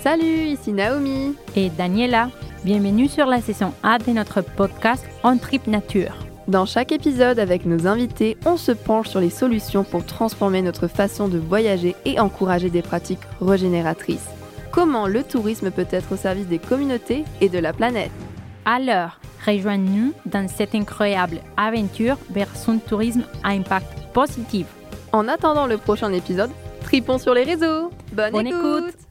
Salut, ici Naomi et Daniela. Bienvenue sur la saison A de notre podcast En Trip Nature. Dans chaque épisode avec nos invités, on se penche sur les solutions pour transformer notre façon de voyager et encourager des pratiques régénératrices. Comment le tourisme peut être au service des communautés et de la planète Alors, rejoins-nous dans cette incroyable aventure vers son tourisme à impact positif. En attendant le prochain épisode, tripons sur les réseaux. Bonne, Bonne écoute.